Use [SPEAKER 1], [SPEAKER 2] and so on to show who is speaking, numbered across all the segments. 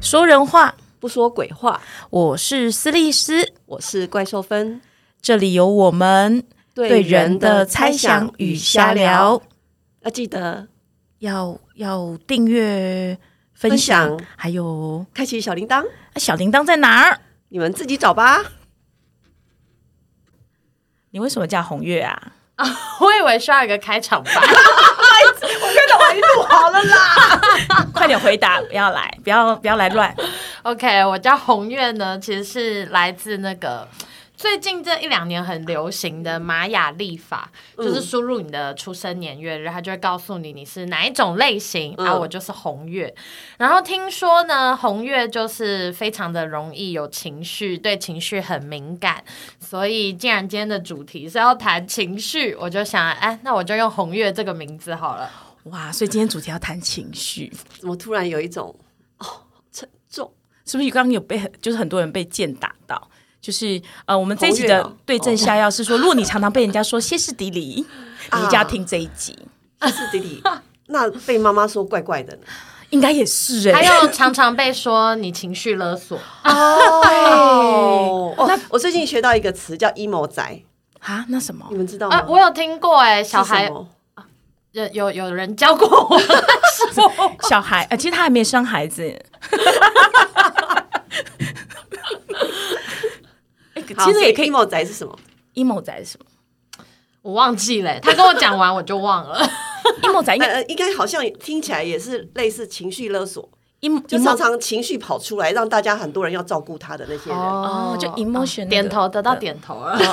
[SPEAKER 1] 说人话，
[SPEAKER 2] 不说鬼话。
[SPEAKER 1] 我是斯利斯，
[SPEAKER 2] 我是怪兽芬，
[SPEAKER 1] 这里有我们对人的猜想与瞎聊。，
[SPEAKER 2] 要记得
[SPEAKER 1] 要要订阅、分
[SPEAKER 2] 分
[SPEAKER 1] 享，
[SPEAKER 2] 享，
[SPEAKER 1] 还有
[SPEAKER 2] 开启小铃铛，
[SPEAKER 1] 啊小铃铛在哪儿？
[SPEAKER 2] 你们自己找吧。
[SPEAKER 1] 你为什么叫红月啊？
[SPEAKER 3] 我以为需要一个开场白，
[SPEAKER 1] 快点回答，不要来，不要不要来乱。
[SPEAKER 3] OK，我叫红月呢，其实是来自那个最近这一两年很流行的玛雅历法，就是输入你的出生年月日，它就会告诉你你是哪一种类型。
[SPEAKER 2] 嗯
[SPEAKER 3] 啊，我就是红月。然后听说呢，红月就是非常的容易有情绪，对情绪很敏感，所以既然今天的主题是要谈情绪，我就想，哎，那我就用红月这个名字好了。
[SPEAKER 1] 哇，所以今天主题要谈情绪，
[SPEAKER 2] 怎么突然有一种哦沉重？
[SPEAKER 1] 是不是刚刚有被很就是很多人被剑打到？就是呃，我们这一集
[SPEAKER 2] 红月
[SPEAKER 1] 的
[SPEAKER 2] 哦啊
[SPEAKER 1] 对症下药是说，如果你常常被人家说歇斯底 里，你一定要听这一集，
[SPEAKER 2] 是 弟弟，那被妈妈说怪怪的呢？
[SPEAKER 1] 应该也是哎、
[SPEAKER 3] 还有常常被说你情绪勒索。
[SPEAKER 2] 哦，哦，我最近学到一个词叫 emo 仔，
[SPEAKER 1] 啊，那什么
[SPEAKER 2] 你？们知道吗
[SPEAKER 3] 啊，？我有听过哎、小
[SPEAKER 2] 哦是
[SPEAKER 3] 孩
[SPEAKER 2] 什么
[SPEAKER 3] 有有有人教过我，
[SPEAKER 1] 小孩，呃，其实他还没生孩子。 欸
[SPEAKER 2] 好
[SPEAKER 1] 其实也可以
[SPEAKER 2] emo 仔是什么？
[SPEAKER 1] emo 仔是什么
[SPEAKER 3] 我忘记了欸、他跟我讲完我就忘了。
[SPEAKER 1] ？emo 仔应该
[SPEAKER 2] 呃，应该好像听起来也是类似情绪勒索，
[SPEAKER 1] emo
[SPEAKER 2] 就常
[SPEAKER 1] emo
[SPEAKER 2] 常情绪跑出来，让大家很多人要照顾他的那些人。
[SPEAKER 1] 哦就 emotion 那个
[SPEAKER 3] 点头得到点头了。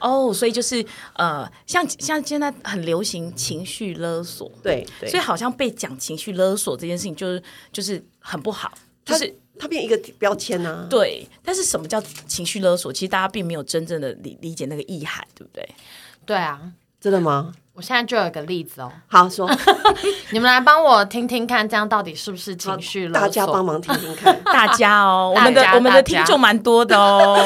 [SPEAKER 1] 哦，所以就是呃，像像现在很流行情绪勒索，
[SPEAKER 2] 对对，
[SPEAKER 1] 所以好像被讲情绪勒索这件事情就是就是很不好，就
[SPEAKER 2] 他
[SPEAKER 1] 是
[SPEAKER 2] 他变一个标签啊。
[SPEAKER 1] 对。但是什么叫情绪勒索？其实大家并没有真正的理理解那个意涵，对不对？
[SPEAKER 3] 对啊，
[SPEAKER 2] 真的吗？
[SPEAKER 3] 我现在就有一个例子哦，
[SPEAKER 2] 好 说，
[SPEAKER 3] 你们来帮我听听看，这样到底是不是情绪勒索？
[SPEAKER 2] 大家帮忙听听 看。
[SPEAKER 1] 大家哦，我们的
[SPEAKER 3] 大家
[SPEAKER 1] 我们的
[SPEAKER 3] 大家
[SPEAKER 1] 听众蛮多的 哦。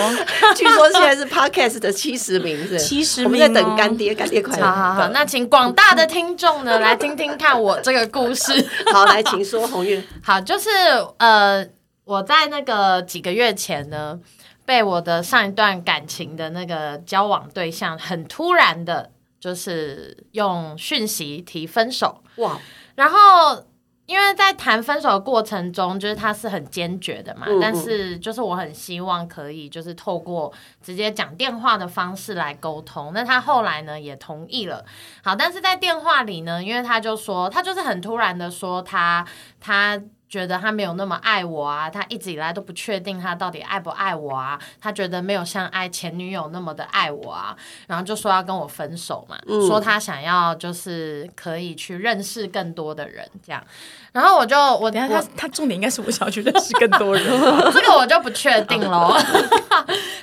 [SPEAKER 2] 据说现在是 podcast 的七十名，是不是
[SPEAKER 1] 70
[SPEAKER 2] 我们在
[SPEAKER 1] 名哦
[SPEAKER 2] 等干爹，干爹快
[SPEAKER 3] 好
[SPEAKER 2] 来。
[SPEAKER 3] 好好，那请广大的听众呢来听听看我这个故事。
[SPEAKER 2] 好，来，请说红月。
[SPEAKER 3] 好，就是呃，我在那个几个月前呢，被我的上一段感情的那个交往对象很突然的，就是用讯息提分手，
[SPEAKER 2] 哇，
[SPEAKER 3] 然后。因为在谈分手的过程中，就是他是很坚决的嘛，
[SPEAKER 2] 嗯嗯
[SPEAKER 3] 但是就是我很希望可以就是透过直接讲电话的方式来沟通。那他后来呢也同意了，好，但是在电话里呢，因为他就说他就是很突然的说他他觉得他没有那么爱我啊，他一直以来都不确定他到底爱不爱我啊，他觉得没有像爱前女友那么的爱我啊，然后就说要跟我分手嘛，说他想要就是可以去认识更多的人这样，然后我就我
[SPEAKER 1] 等一下
[SPEAKER 3] 我
[SPEAKER 1] 他他重点应该是我想要去认识更多 人吧。
[SPEAKER 3] 这个我就不确定喽。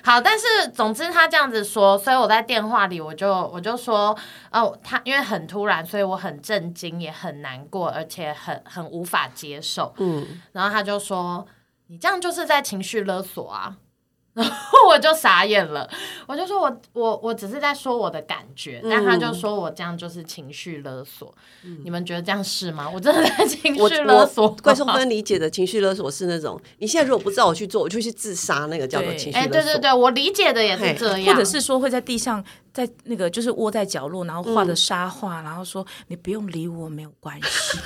[SPEAKER 3] 好，但是总之他这样子说，所以我在电话里我就我就说，哦，他因为很突然，所以我很震惊，也很难过，而且很很无法接受。
[SPEAKER 2] 嗯，
[SPEAKER 3] 然后他就说：“你这样就是在情绪勒索啊！” 然后我就傻眼了，我就说我我我只是在说我的感觉，
[SPEAKER 2] 嗯
[SPEAKER 3] 但他就说我这样就是情绪勒索。你们觉得这样是吗？我真的在情
[SPEAKER 2] 我
[SPEAKER 3] 绪勒索
[SPEAKER 2] 我怪兽芬理解的情绪勒索是那种，你现在如果不知道我去做，我就去自杀，那个叫做
[SPEAKER 1] 对
[SPEAKER 2] 情绪
[SPEAKER 3] 哎、
[SPEAKER 2] 勒索。
[SPEAKER 3] 对对对，我理解的也
[SPEAKER 2] 嘿
[SPEAKER 3] 是这
[SPEAKER 1] 或
[SPEAKER 3] 样，
[SPEAKER 1] 者是说会在地上，在那个就是窝在角落，然后画的沙画，然后说你不用理我，没有关系。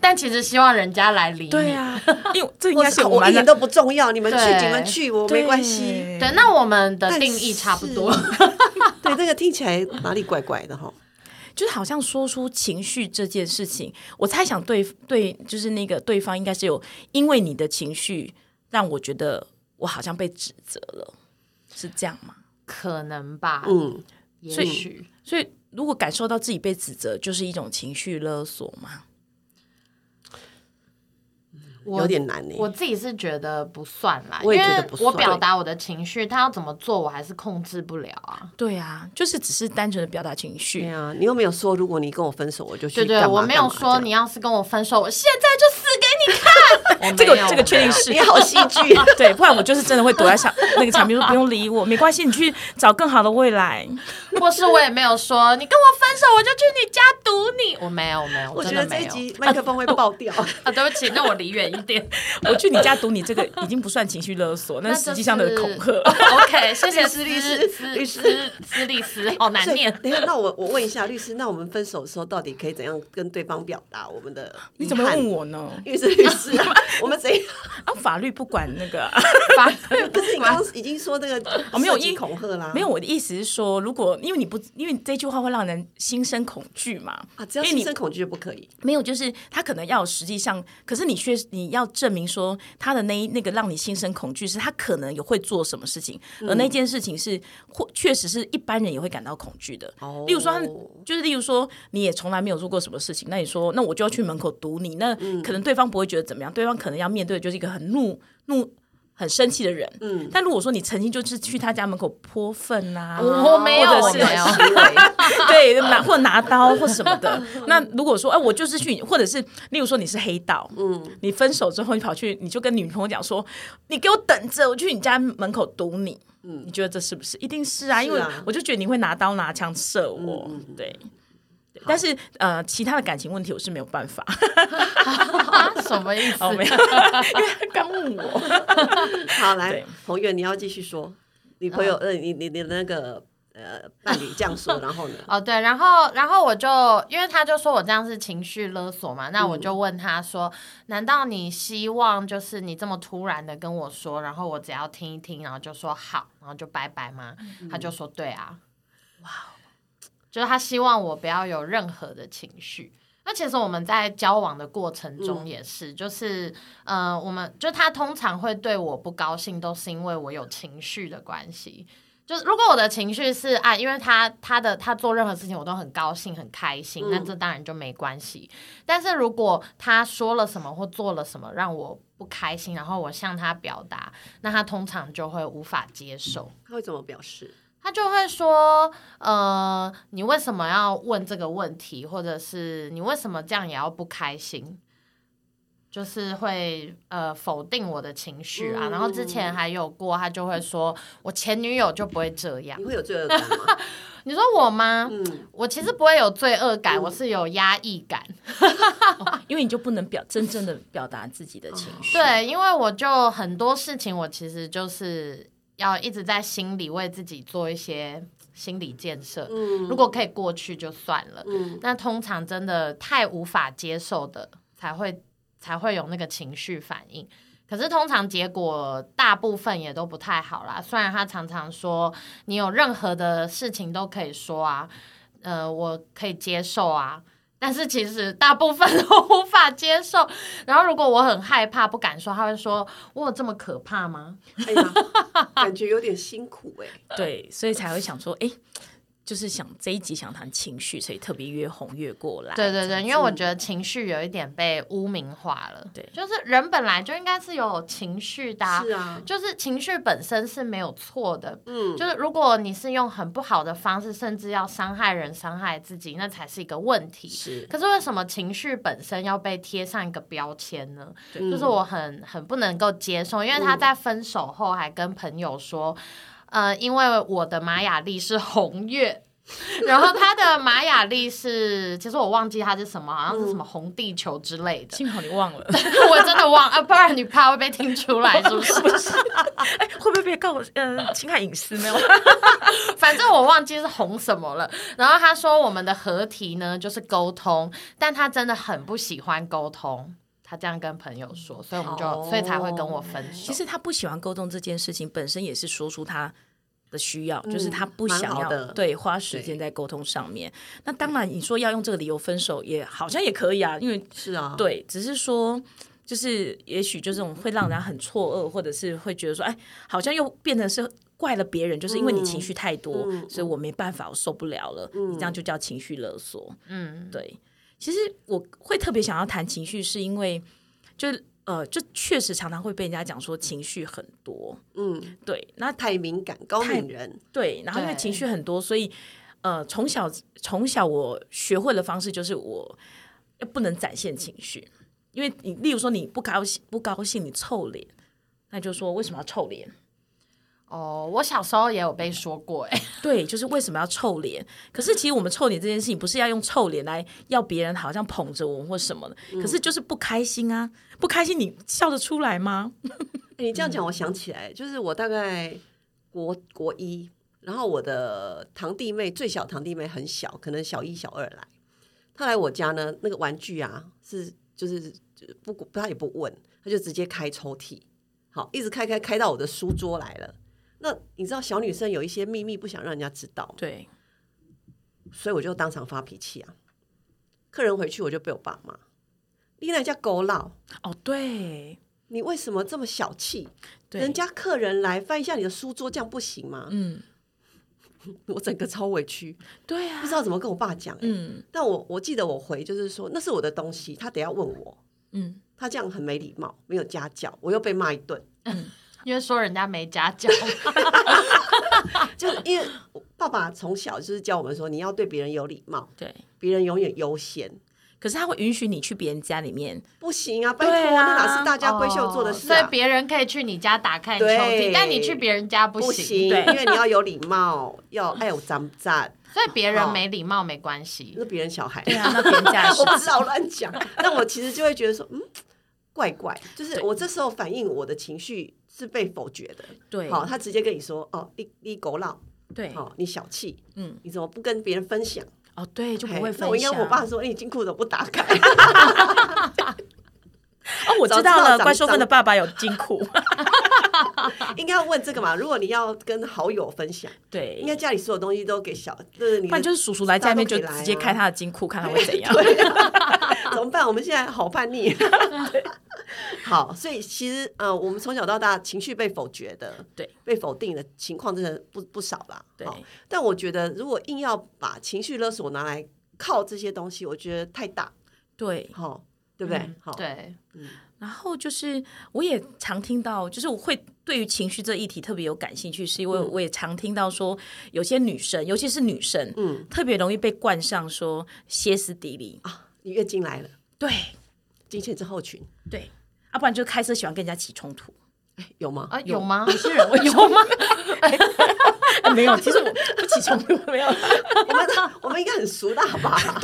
[SPEAKER 3] 但其实希望人家来理你。
[SPEAKER 1] 对啊， 因为这应
[SPEAKER 2] 或
[SPEAKER 1] 该是
[SPEAKER 2] 是
[SPEAKER 1] 我
[SPEAKER 2] 我一
[SPEAKER 1] 们
[SPEAKER 2] 点
[SPEAKER 1] 的
[SPEAKER 2] 都不重要，你们去
[SPEAKER 3] 对
[SPEAKER 2] 你们去，我没关系。。
[SPEAKER 3] 对那我们的
[SPEAKER 2] 但
[SPEAKER 3] 定义差不
[SPEAKER 2] 是
[SPEAKER 3] 多。
[SPEAKER 2] 对，这个听起来哪里怪怪的哈？
[SPEAKER 1] 就是好像说出情绪这件事情，我猜想对对，就是那个对方应该是有因为你的情绪让我觉得我好像被指责了，是这样吗？
[SPEAKER 3] 可能吧，
[SPEAKER 2] 嗯，
[SPEAKER 3] 也许
[SPEAKER 1] 所以如果感受到自己被指责，就是一种情绪勒索吗？
[SPEAKER 3] 我
[SPEAKER 2] 有点难呢。
[SPEAKER 3] 我自己是觉得不算啦，
[SPEAKER 2] 我也
[SPEAKER 3] 因为
[SPEAKER 2] 觉得不
[SPEAKER 3] 我
[SPEAKER 2] 算
[SPEAKER 3] 表达我的情绪，他要怎么做，我还是控制不了啊。
[SPEAKER 1] 对啊，就是只是单纯的表达情绪
[SPEAKER 2] 对。啊，你又没有说，如果你跟我分手，我就去
[SPEAKER 3] 对对，
[SPEAKER 2] 干嘛
[SPEAKER 3] 我没有
[SPEAKER 2] 干嘛这
[SPEAKER 3] 说
[SPEAKER 2] 样
[SPEAKER 3] 你要是跟我分手，我现在就死给 你看。我
[SPEAKER 1] 这个
[SPEAKER 3] 没有
[SPEAKER 1] 这个确定是
[SPEAKER 2] 你好戏 剧，
[SPEAKER 1] 对，不然我就是真的会躲在小那个墙壁说不用理我，没关系，你去找更好的未来。
[SPEAKER 3] 或是我也没有说你跟我分手，我就去你家堵你，我没有，我没有，
[SPEAKER 2] 我觉
[SPEAKER 3] 真
[SPEAKER 2] 得
[SPEAKER 3] 的
[SPEAKER 2] 这
[SPEAKER 3] 没
[SPEAKER 2] 一
[SPEAKER 3] 有
[SPEAKER 2] 集麦克风会爆 掉。
[SPEAKER 3] 啊，对不起，那我离远一点。
[SPEAKER 1] 我去你家堵你，这个已经不算情绪勒索，那
[SPEAKER 3] 那
[SPEAKER 1] 是
[SPEAKER 3] 就
[SPEAKER 1] 实际上的
[SPEAKER 3] 是哦
[SPEAKER 1] 恐吓。
[SPEAKER 3] OK，谢谢
[SPEAKER 2] 律师律师律
[SPEAKER 3] 律
[SPEAKER 2] 师
[SPEAKER 3] 师斯律
[SPEAKER 1] 哦
[SPEAKER 3] 师，好难
[SPEAKER 2] 所以
[SPEAKER 3] 念。
[SPEAKER 2] 等一下，那我我问一下律师，那我们分手的时候到底可以怎样跟对方表达我们的？
[SPEAKER 1] 你怎么问？我呢？
[SPEAKER 2] 因为是律师 啊，我们谁？
[SPEAKER 1] 啊，法律不管那个啊、
[SPEAKER 3] 法
[SPEAKER 2] 可是你刚刚已经说那个
[SPEAKER 1] 哦没有
[SPEAKER 2] 涉及
[SPEAKER 1] 因
[SPEAKER 2] 恐吓 啦，
[SPEAKER 1] 没有，我的意思是说，如果因为你不，因为这句话会让人心生恐惧嘛，
[SPEAKER 2] 啊，只要
[SPEAKER 1] 因为
[SPEAKER 2] 心
[SPEAKER 1] 你
[SPEAKER 2] 生恐惧就不可以。
[SPEAKER 1] 没有，就是他可能要有实际上，可是你却你要证明说他的那一那个让你心生恐惧是他可能有会做什么事情，
[SPEAKER 3] 嗯
[SPEAKER 1] 而那件事情是或确实是一般人也会感到恐惧的。
[SPEAKER 2] 哦
[SPEAKER 1] 例如说他，就是例如说你也从来没有做过什么事情，那你说那我就要去门口堵你，那
[SPEAKER 3] 嗯
[SPEAKER 1] 可能对方不会觉得怎么样，对方可能要面对的就是一个很怒怒。很生气的人，嗯，但如果说你曾经就是去他家门口泼粪啊，
[SPEAKER 3] 我哦没有，
[SPEAKER 1] 或者
[SPEAKER 3] 我
[SPEAKER 1] 是
[SPEAKER 3] 没有。
[SPEAKER 2] 行为
[SPEAKER 1] 对，拿或拿刀或什么 的。那如果说，哎、我就是去，或者是例如说你是黑道，嗯，你分手之后你跑去，你就跟女朋友讲说，你给我等着，我去你家门口堵你。嗯，你觉得这是不是？一定是啊，嗯因为
[SPEAKER 2] 是啊
[SPEAKER 1] 我就觉得你会拿刀拿枪射我，对。对但是呃，其他的感情问题我是没有办 法，
[SPEAKER 3] 啊， 什么意思？
[SPEAKER 1] 哦，没有，因为他刚问我，
[SPEAKER 2] 好，来
[SPEAKER 1] 对，嗯
[SPEAKER 2] 红月，你要继续说，你朋友，呃，你你你的那个呃伴侣这样 说，然后呢？
[SPEAKER 3] 哦，对，然后，然后我就因为他就说我这样是情绪勒索嘛，那我
[SPEAKER 1] 嗯
[SPEAKER 3] 就问他说：“难道你希望就是你这么突然的跟我说，然后我只要听一听，然后就说好，然后就拜拜吗？”他
[SPEAKER 1] 嗯
[SPEAKER 3] 就说：“对啊。”哇，就是他希望我不要有任何的情绪。那其实我们在交往的过程中也是，就是呃，我们就他通常会对我不高兴，都是因为我有情绪的关系。就是如果我的情绪是啊，因为他他的他做任何事情我都很高兴很开心，那这当然就没关系。但是如果他说了什么或做了什么让我不开心，然后我向他表达，那他通常就会无法接受。
[SPEAKER 2] 他会怎么表示？
[SPEAKER 3] 他就会说，呃，你为什么要问这个问题，或者是你为什么这样也要不开心？就是会呃否定我的情绪啊，
[SPEAKER 2] 嗯
[SPEAKER 3] 然后之前还有过，他就会说我前女友就不会这样
[SPEAKER 2] 你。会有罪恶感吗？
[SPEAKER 3] 你说我吗？
[SPEAKER 2] 嗯，
[SPEAKER 3] 我其实不会有罪恶感，我是有压抑感。
[SPEAKER 1] 因为你就不能表真正的表达自己的情绪，
[SPEAKER 3] 对，因为我就很多事情，我其实就是要一直在心里为自己做一些心理建设。
[SPEAKER 2] 嗯
[SPEAKER 3] 如果可以过去就算了。
[SPEAKER 2] 嗯
[SPEAKER 3] 那通常真的太无法接受的，才会才会有那个情绪反应。可是通常结果大部分也都不太好啦。虽然他常常说你有任何的事情都可以说啊，呃，我可以接受啊。 但是其实大部分都无法接受。然后如果我很害怕不敢说，他会说：“我有这么可怕吗
[SPEAKER 2] 哎呀，感觉有点辛苦 哎、
[SPEAKER 1] 对，所以才会想说，哎、就是想这一集想谈情绪，所以特别约红月过来。？”
[SPEAKER 3] 对对对，因为我觉得情绪有一点被污名化了。
[SPEAKER 1] 对
[SPEAKER 3] 就是人本来就应该是有情绪的、啊
[SPEAKER 2] 是。啊，
[SPEAKER 3] 就是情绪本身是没有错的，
[SPEAKER 2] 嗯，
[SPEAKER 3] 就是如果你是用很不好的方式，甚至要伤害人、伤害自己，那才是一个问题。
[SPEAKER 2] 是
[SPEAKER 3] 可是为什么情绪本身要被贴上一个标签呢？
[SPEAKER 1] 对
[SPEAKER 3] 就是我很很不能够接受，因为他在分手后还跟朋友说，呃，因为我的玛雅历是红月。 然后他的玛雅历是，其实我忘记它是什么，好像是什么红地球之类的，
[SPEAKER 1] 幸好你忘了，
[SPEAKER 3] 我真的忘啊，不然你怕会被听出来是不是？
[SPEAKER 1] 哎，会不会被告呃侵害隐私 呢？
[SPEAKER 3] 反正我忘记是红什么了。然后他说我们的合体呢就是沟通，但他真的很不喜欢沟通。他这样跟朋友说，所以我们就、
[SPEAKER 2] 哦
[SPEAKER 3] 所以才会跟我分
[SPEAKER 1] 其。
[SPEAKER 3] 手
[SPEAKER 1] 实他不喜欢沟通这件事情本身也是说出他的需要，就是他不
[SPEAKER 2] 蛮
[SPEAKER 1] 想
[SPEAKER 2] 好的
[SPEAKER 1] 要对花时间在沟通上面。那当然，你说要用这个理由分手，也好像也可以啊，因为
[SPEAKER 2] 是啊，，
[SPEAKER 1] 对，只是说。就是，也许就这种会让人家很错愕，或者是会觉得说，哎，好像又变成是怪了别人，就是因为你情绪太多，所以我没办法，我受不了了，你这样就叫情绪勒索。
[SPEAKER 3] 嗯，
[SPEAKER 1] 对，其实我会特别想要谈情绪，是因为就是呃，就确实常常会被人家讲说情绪很多，
[SPEAKER 2] 嗯，
[SPEAKER 1] 对，那
[SPEAKER 2] 太敏感，高敏人，
[SPEAKER 1] 对，然后因为
[SPEAKER 3] 对
[SPEAKER 1] 情绪很多，所以呃，从小从小我学会的方式就是我呃不能展现情绪，因为你例如说你不高兴不高兴，你臭脸，那你就说为什么要臭脸？
[SPEAKER 3] 哦，我小时候也有被说过、哎，
[SPEAKER 1] 对，就是为什么要臭脸？可是其实我们臭脸这件事情，不是要用臭脸来要别人好像捧着我们或什么的，可是就是不开心啊，不开心你笑得出来吗？
[SPEAKER 2] 欸你这样讲，我想起来，就是我大概国国一，然后我的堂弟妹最小堂弟妹很小，可能小一小二来，她来我家呢，那个玩具啊是就是就不顾她也不问，她就直接开抽屉，好一直开开开到我的书桌来了。那你知道小女生有一些秘密不想让人家知道，
[SPEAKER 1] 对，
[SPEAKER 2] 所以我就当场发脾气啊。客人回去我就被我爸骂，你那家狗老，
[SPEAKER 1] 哦对
[SPEAKER 2] 你为什么这么小气？
[SPEAKER 1] 对，
[SPEAKER 2] 人家客人来翻一下你的书桌，这样不行吗？
[SPEAKER 1] 嗯
[SPEAKER 2] 我整个超委屈，
[SPEAKER 1] 对啊
[SPEAKER 2] 不知道怎么跟我爸讲、欸
[SPEAKER 1] 嗯
[SPEAKER 2] 但我我记得我回就是说那是我的东西，他得要问我，
[SPEAKER 1] 嗯，
[SPEAKER 2] 他这样很没礼貌，没有家教，我又被骂一顿。
[SPEAKER 3] 因为说人家没家 教，
[SPEAKER 2] 哦就是因为我爸爸从小就是教我们说，你要对别人有礼貌，
[SPEAKER 1] 对。
[SPEAKER 2] 别人永远优先。
[SPEAKER 1] 可是他会允许你去别人家里面，
[SPEAKER 2] 不行啊，拜
[SPEAKER 1] 对
[SPEAKER 2] 托，
[SPEAKER 1] 啊
[SPEAKER 2] 那哪是大家闺秀做的事
[SPEAKER 3] 哦所
[SPEAKER 2] 啊
[SPEAKER 3] 以？别人可以去你家打开你抽屉，
[SPEAKER 2] 对
[SPEAKER 3] 但你去别人家不
[SPEAKER 2] 不行，
[SPEAKER 1] 对
[SPEAKER 2] 因为你要有礼貌，要爱有长赞，
[SPEAKER 3] 所以别人没礼貌没关系。
[SPEAKER 2] 那别人小孩。
[SPEAKER 1] 对啊，那别 人家
[SPEAKER 2] 我不知道乱讲，但我其实就会觉得说，嗯，怪怪，就是
[SPEAKER 1] 对
[SPEAKER 2] 我这时候反应我的情绪是被否决的。
[SPEAKER 1] 对
[SPEAKER 2] 好，他直接跟你说，哦，你你狗老，
[SPEAKER 1] 对
[SPEAKER 2] 哦，你小气，
[SPEAKER 1] 嗯
[SPEAKER 2] 嗯，你怎么不跟别人分享？
[SPEAKER 1] 哦对，就不会
[SPEAKER 2] 嘿
[SPEAKER 1] 分享。
[SPEAKER 2] 那我应该我爸说，哎你金库怎么不打开？
[SPEAKER 1] 哦，我知
[SPEAKER 2] 早知道
[SPEAKER 1] 道了，
[SPEAKER 2] 长
[SPEAKER 1] 怪兽芬的爸爸有金库，
[SPEAKER 2] 应该要问这个嘛？如果你要跟好友分享，
[SPEAKER 1] 对
[SPEAKER 2] 应，该家里所有东西都给小，就是你
[SPEAKER 1] 不然就是叔叔来家里面就
[SPEAKER 2] 大家都可以来啊
[SPEAKER 1] 直接开他的金库，看他会怎样。
[SPEAKER 2] 怎么办？我们现在好 叛逆。好，所以其实呃，我们从小到大情绪被否决的，
[SPEAKER 1] 对，
[SPEAKER 2] 被否定的情况真的不不少啦。
[SPEAKER 1] 对
[SPEAKER 2] 好但我觉得如果硬要把情绪勒索拿来靠这些东西，我觉得太大，
[SPEAKER 1] 对，
[SPEAKER 2] 好、对不对？
[SPEAKER 3] 嗯
[SPEAKER 2] 好，
[SPEAKER 3] 对，
[SPEAKER 1] 然后就是我也常听到，就是我会对于情绪这议题特别有感兴趣，是因为我也常听到说，有些女生，尤其是女生，嗯，特别容易被冠上说歇斯底里，
[SPEAKER 2] 啊，你月经来了，
[SPEAKER 1] 对
[SPEAKER 2] 金钱症候群
[SPEAKER 1] 对，要、不然就开车喜欢跟人家起冲突。
[SPEAKER 2] 有吗？
[SPEAKER 3] 啊，有吗？
[SPEAKER 2] 有些人会
[SPEAKER 3] 有吗？
[SPEAKER 1] 哎没有，其实我不起冲突，没有，
[SPEAKER 2] 我们我们应该很熟的，好不好？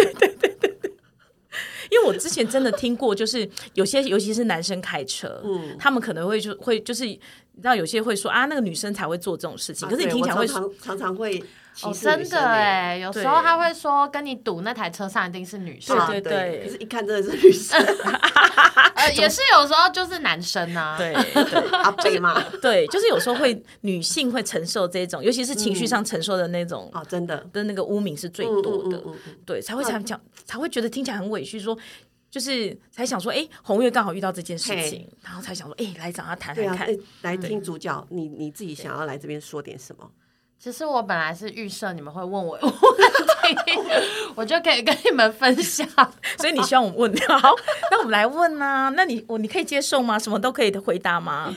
[SPEAKER 1] 因为我之前真的听过，就是有些尤其是男生开车，他们可能会就会就是你知道有些会说啊，那个女生才会做这种事 情，可是你
[SPEAKER 2] 对
[SPEAKER 1] 听起来
[SPEAKER 2] 我
[SPEAKER 1] 会
[SPEAKER 2] 常常常常会歧
[SPEAKER 3] 哦，
[SPEAKER 2] 视女
[SPEAKER 3] 真
[SPEAKER 2] 生
[SPEAKER 3] 的
[SPEAKER 2] 欸
[SPEAKER 3] 哎，有时候
[SPEAKER 1] 对
[SPEAKER 3] 他会说跟你赌那台车上一定是女生，
[SPEAKER 2] 啊
[SPEAKER 1] 对对对
[SPEAKER 2] 可是一看真的是女生，
[SPEAKER 3] 呃，也是有时候就是男生呐、啊。
[SPEAKER 1] 对对
[SPEAKER 2] 阿贝嘛，
[SPEAKER 1] 对，就是有时候会女性会承受这种，尤其是情绪上承受的那种。
[SPEAKER 2] 啊，真的。嗯
[SPEAKER 1] 的那个污名是最 多的，对，才会想讲，才会觉得听起来很委屈，说就是才想说，哎、红月刚好遇到这件事情，然后才想说，哎、来找他谈
[SPEAKER 2] 对啊，
[SPEAKER 1] 谈看，
[SPEAKER 2] 哎来听主角，你你自己想要来这边说点什么？
[SPEAKER 3] 其实我本来是预设你们会问我 问题，我就可以跟你们分享。
[SPEAKER 1] 所以你希望我们问， 好，那我们来问啊，那你我你可以接受吗？什么都可以的回答吗？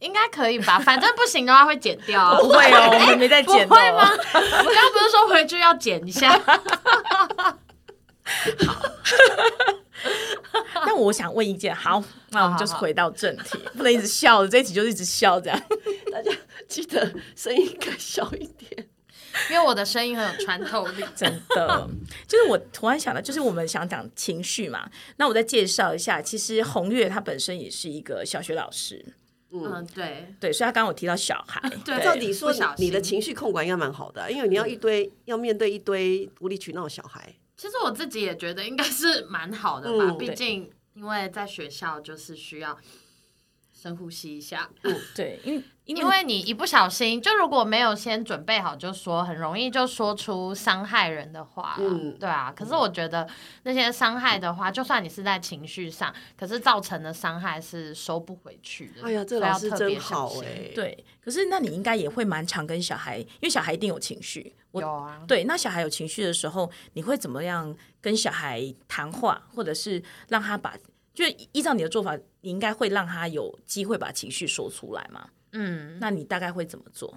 [SPEAKER 3] 应该可以吧？反正不行的话会剪掉、
[SPEAKER 1] 不会哦，我们没在
[SPEAKER 3] 不
[SPEAKER 1] 剪、哦，
[SPEAKER 3] 会吗？刚刚不是说回去要剪一下？
[SPEAKER 1] 那我想问一件，好，那我们就是
[SPEAKER 3] 好好
[SPEAKER 1] 回到正题，不能一直笑，这一集就是一直笑这样。
[SPEAKER 2] 大家 记得声音该小一点。
[SPEAKER 3] 因为我的声音很有穿透力。
[SPEAKER 1] 真的， 就是我突然想到，就是我们想讲情绪嘛。那我再介绍一下，其实红月她本身也是一个小学老师，
[SPEAKER 3] 嗯，对，
[SPEAKER 1] 对，所以她刚刚有提到小孩，
[SPEAKER 3] 对
[SPEAKER 2] 照理说
[SPEAKER 3] 不小，心
[SPEAKER 2] 你的情绪控管应该蛮好的，因为你要一堆要面对一堆无理取闹的小孩，
[SPEAKER 3] 其实我自己也觉得应该是蛮好的吧，
[SPEAKER 2] 嗯
[SPEAKER 3] 毕竟因为在学校就是需要深呼吸一下，
[SPEAKER 1] 对，因为
[SPEAKER 2] 嗯
[SPEAKER 1] 因为
[SPEAKER 3] 因为你一不小心，就如果没有先准备好，就说很容易就说出伤害人的话啦，
[SPEAKER 2] 嗯
[SPEAKER 3] 对啊。可是我觉得那些伤害的话，就算你是在情绪上，可是造成的伤害是收不回去的。
[SPEAKER 2] 哎呀，这
[SPEAKER 3] 所以
[SPEAKER 2] 老
[SPEAKER 3] 要
[SPEAKER 2] 师
[SPEAKER 3] 特别
[SPEAKER 2] 真
[SPEAKER 3] 小
[SPEAKER 2] 好
[SPEAKER 3] 心。
[SPEAKER 2] 哎。
[SPEAKER 1] 对，可是那你应该也会蛮常跟小孩，因为小孩一定有情绪，我
[SPEAKER 3] 有啊，
[SPEAKER 1] 对，那小孩有情绪的时候，你会怎么样跟小孩谈话，或者是让他把，就依照你的做法，你应该会让他有机会把情绪说出来嘛？
[SPEAKER 3] 嗯。
[SPEAKER 1] 那你大概会怎么做？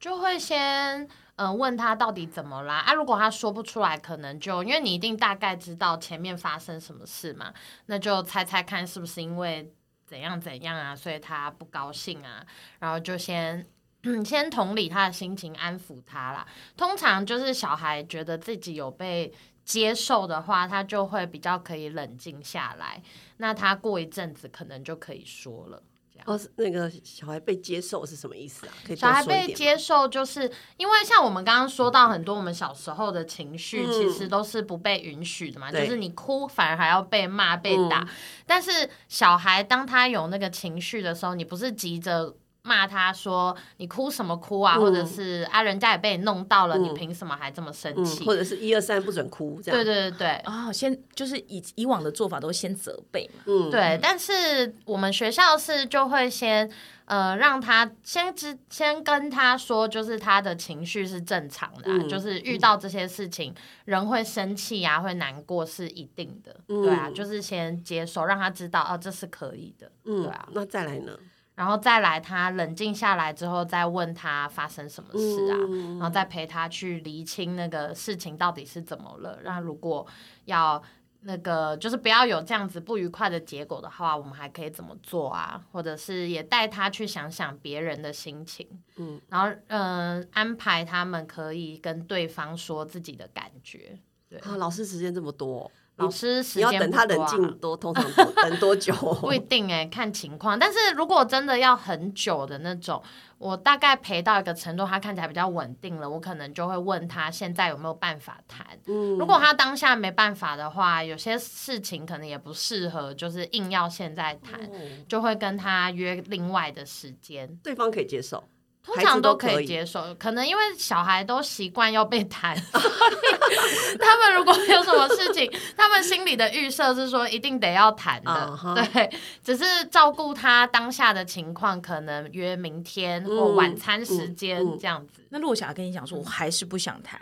[SPEAKER 3] 就会先嗯、呃问他到底怎么啦啊，如果他说不出来，可能就因为你一定大概知道前面发生什么事嘛，那就猜猜看是不是因为怎样怎样啊，所以他不高兴啊，然后就先 先同理他的心情，安抚他啦。通常就是小孩觉得自己有被接受的话，他就会比较可以冷静下来。那他过一阵子可能就可以说了。
[SPEAKER 2] 哦，是那个小孩被接受是什么意思啊？可以多
[SPEAKER 3] 小孩
[SPEAKER 2] 说一
[SPEAKER 3] 被
[SPEAKER 2] 点吗
[SPEAKER 3] 接受，就是因为像我们刚刚说到很多我们小时候的情绪，
[SPEAKER 2] 嗯
[SPEAKER 3] 其实都是不被允许的嘛，就
[SPEAKER 2] 对嗯
[SPEAKER 3] 是你哭反而还要被骂、被打。但是小孩当他有那个情绪的时候，你不是急着。骂他说你哭什么哭啊，
[SPEAKER 2] 嗯
[SPEAKER 3] 或者是啊人家也被你弄到了，
[SPEAKER 2] 嗯
[SPEAKER 3] 你凭什么还这么生
[SPEAKER 2] 嗯，
[SPEAKER 3] 气？
[SPEAKER 2] 或者是一二三不准哭这样。
[SPEAKER 3] 对对对对，
[SPEAKER 1] 啊、先就是以以往的做法都先责备嘛，
[SPEAKER 2] 嗯，
[SPEAKER 3] 对，但是我们学校是就会先呃让他先知先跟他说，就是他的情绪是正常的、啊，
[SPEAKER 2] 嗯
[SPEAKER 3] 就是遇到这些事情，人会生气啊，会难过是一定的，对啊，
[SPEAKER 2] 嗯
[SPEAKER 3] 就是先接受，让他知道哦，这是可以的，
[SPEAKER 2] 嗯
[SPEAKER 3] 对啊，
[SPEAKER 2] 那再来呢？
[SPEAKER 3] 然后再来他冷静下来之后，再问他发生什么事啊。
[SPEAKER 2] 嗯
[SPEAKER 3] 然后再陪他去厘清那个事情到底是怎么了。那如果要那个就是不要有这样子不愉快的结果的话，我们还可以怎么做啊？或者是也带他去想想别人的心情，
[SPEAKER 2] 嗯，
[SPEAKER 3] 然后嗯、呃安排他们可以跟对方说自己的感觉。对，
[SPEAKER 2] 啊，老师时间这么多，哦
[SPEAKER 3] 老师时
[SPEAKER 2] 你要
[SPEAKER 3] 间
[SPEAKER 2] 等
[SPEAKER 3] 不
[SPEAKER 2] 他
[SPEAKER 3] 多
[SPEAKER 2] 冷
[SPEAKER 3] 啊
[SPEAKER 2] 静哦多，通常多等多 久？
[SPEAKER 3] 不一定哎、看情况。但是如果真的要很久的那种，我大概陪到一个程度，他看起来比较稳定了，我可能就会问他现在有没有办法谈。
[SPEAKER 2] 嗯
[SPEAKER 3] 如果他当下没办法的话，有些事情可能也不适合，就是硬要现在谈，
[SPEAKER 2] 哦
[SPEAKER 3] 就会跟他约另外的时间。
[SPEAKER 2] 对方可以接受，
[SPEAKER 3] 通
[SPEAKER 2] 孩
[SPEAKER 3] 常
[SPEAKER 2] 子都
[SPEAKER 3] 可
[SPEAKER 2] 可
[SPEAKER 3] 以
[SPEAKER 2] 以
[SPEAKER 3] 接受，可能因为小孩都习惯要被谈， 所以他们如果有什么事情，他们心里的预设是说一定得要谈的
[SPEAKER 2] 啊哈
[SPEAKER 3] 对，只是照顾他当下的情况，可能约明天或
[SPEAKER 2] 嗯
[SPEAKER 3] 晚餐时间
[SPEAKER 2] 嗯嗯
[SPEAKER 3] 这样子，
[SPEAKER 1] 那如果小孩跟你讲说，我还是不想谈，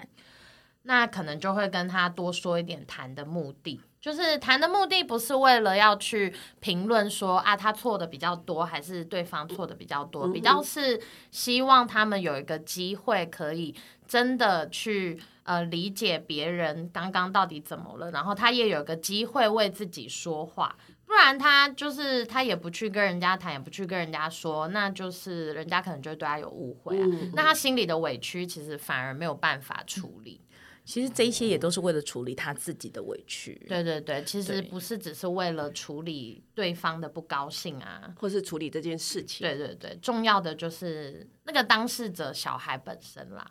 [SPEAKER 3] 那可能就会跟他多说一点谈的目的。就是谈的目的不是为了要去评论说啊他错的比较多还是对方错的比较多，
[SPEAKER 2] 嗯
[SPEAKER 3] 比较是希望他们有一个机会可以真的去呃理解别人刚刚到底怎么了，然后他也有个机会为自己说话，不然他就是他也不去跟人家谈，也不去跟人家说，那就是人家可能就会对他有误会啊，
[SPEAKER 2] 嗯
[SPEAKER 3] 那他心里的委屈其实反而没有办法处理。
[SPEAKER 1] 其实这一些也都是为了处理他自己的委屈。
[SPEAKER 3] 对对对，其实
[SPEAKER 1] 对
[SPEAKER 3] 不是只是为了处理对方的不高兴啊。
[SPEAKER 2] 或是处理这件事情。
[SPEAKER 3] 对对对，重要的就是那个当事者小孩本身啦，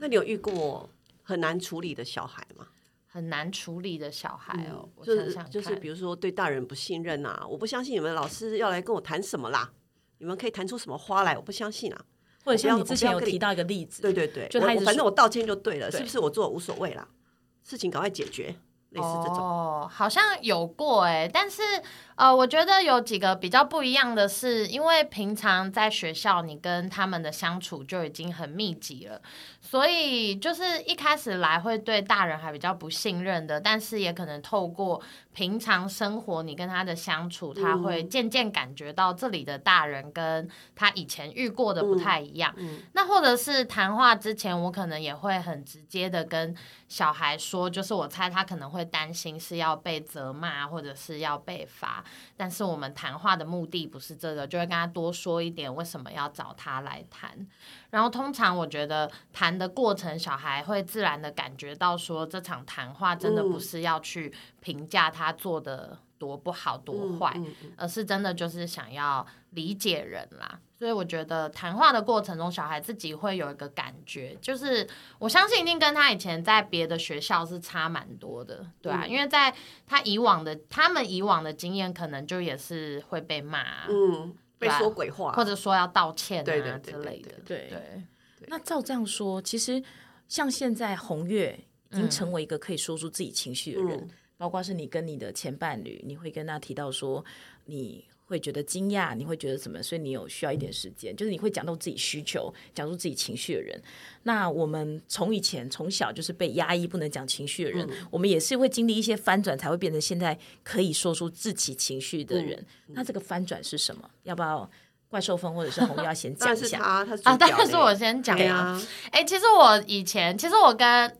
[SPEAKER 2] 那你有遇过很难处理的小孩吗？
[SPEAKER 3] 很难处理的小孩哦。我
[SPEAKER 2] 嗯就
[SPEAKER 3] 想
[SPEAKER 2] 是
[SPEAKER 3] 想看，
[SPEAKER 2] 就是，比如说对大人不信任啊，我不相信你们老师要来跟我谈什么啦，你们可以谈出什么花来，我不相信啊。
[SPEAKER 1] 或者像
[SPEAKER 2] 我不要
[SPEAKER 1] 你之前
[SPEAKER 2] 我
[SPEAKER 1] 有
[SPEAKER 2] 不要跟你
[SPEAKER 1] 提到一个例子，
[SPEAKER 2] 对对对，
[SPEAKER 1] 就
[SPEAKER 2] 我
[SPEAKER 1] 他一
[SPEAKER 2] 我
[SPEAKER 1] 直
[SPEAKER 2] 反正
[SPEAKER 1] 说
[SPEAKER 2] 我道歉就对了，
[SPEAKER 1] 对
[SPEAKER 2] 是不是我做无所谓啦，事情赶快解决，类似这种。
[SPEAKER 3] 哦，好像有过哎、但是呃，我觉得有几个比较不一样的是，因为平常在学校你跟他们的相处就已经很密集了，所以就是一开始来会对大人还比较不信任的，但是也可能透过平常生活你跟他的相处，他会
[SPEAKER 2] 嗯
[SPEAKER 3] 渐渐感觉到这里的大人跟他以前遇过的不太一样。
[SPEAKER 2] 嗯
[SPEAKER 3] 那或者是谈话之前，我可能也会很直接的跟小孩说，就是我猜他可能会担心是要被责骂或者是要被罚，但是我们谈话的目的不是这个，就会跟他多说一点为什么要找他来谈。然后通常我觉得谈的过程，小孩会自然的感觉到说这场谈话真的
[SPEAKER 2] 嗯
[SPEAKER 3] 不是要去评价他做的多不好多坏，
[SPEAKER 2] 嗯嗯
[SPEAKER 3] 而是真的就是想要理解人啦。所以我觉得谈话的过程中，小孩自己会有一个感觉，就是我相信一定跟他以前在别的学校是差蛮多的，对啊，
[SPEAKER 2] 嗯
[SPEAKER 3] 因为在他以往的他们以往的经验，可能就也是会被骂啊、
[SPEAKER 2] 嗯，被说鬼话，
[SPEAKER 3] 或者说要道歉啊
[SPEAKER 2] 对对对
[SPEAKER 3] 之
[SPEAKER 2] 对
[SPEAKER 3] 类
[SPEAKER 2] 对
[SPEAKER 3] 的，
[SPEAKER 1] 对
[SPEAKER 3] 对
[SPEAKER 1] 那照这样说，其实像现在红月已经成为一个可以说出自己情绪的人，
[SPEAKER 2] 嗯
[SPEAKER 1] 包括是你跟你的前伴侣，你会跟他提到说你。会觉得惊讶，你会觉得什么？所以你有需要一点时间，就是你会讲到自己需求，讲出自己情绪的人。那我们从以前从小就是被压抑，不能讲情绪的人，
[SPEAKER 2] 嗯
[SPEAKER 1] 我们也是会经历一些翻转，才会变成现在可以说出自己情绪的人。
[SPEAKER 2] 嗯
[SPEAKER 1] 那这个翻转是什么？要不要怪兽风或者是红月要 先讲
[SPEAKER 2] 当然
[SPEAKER 1] 一
[SPEAKER 2] 是
[SPEAKER 1] 下？
[SPEAKER 2] 他，他是主
[SPEAKER 3] 啊，当
[SPEAKER 2] 角
[SPEAKER 3] 然是
[SPEAKER 2] 嘞
[SPEAKER 3] 我先讲
[SPEAKER 2] 对
[SPEAKER 3] 啊
[SPEAKER 2] 啊，
[SPEAKER 3] 哎、其实我以前，其实我跟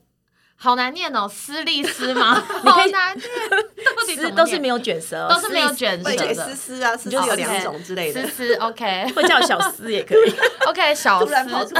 [SPEAKER 3] 好难念哦，斯利斯吗？
[SPEAKER 1] 你
[SPEAKER 3] 好
[SPEAKER 1] 可以
[SPEAKER 3] 难念，到底怎
[SPEAKER 1] 丝
[SPEAKER 3] 么
[SPEAKER 1] 都是
[SPEAKER 3] 念
[SPEAKER 1] 没有卷舌哦，
[SPEAKER 3] 都是没有
[SPEAKER 1] 丝
[SPEAKER 3] 卷
[SPEAKER 2] 不然
[SPEAKER 3] 舌
[SPEAKER 2] 也思
[SPEAKER 3] 的。
[SPEAKER 2] 思啊，思思
[SPEAKER 1] 就是
[SPEAKER 2] 有
[SPEAKER 3] OK，
[SPEAKER 2] 两种之类的
[SPEAKER 3] 思，思，OK
[SPEAKER 1] 会叫小丝也 可以。
[SPEAKER 3] OK，小
[SPEAKER 2] 突
[SPEAKER 3] 思，
[SPEAKER 2] 然跑出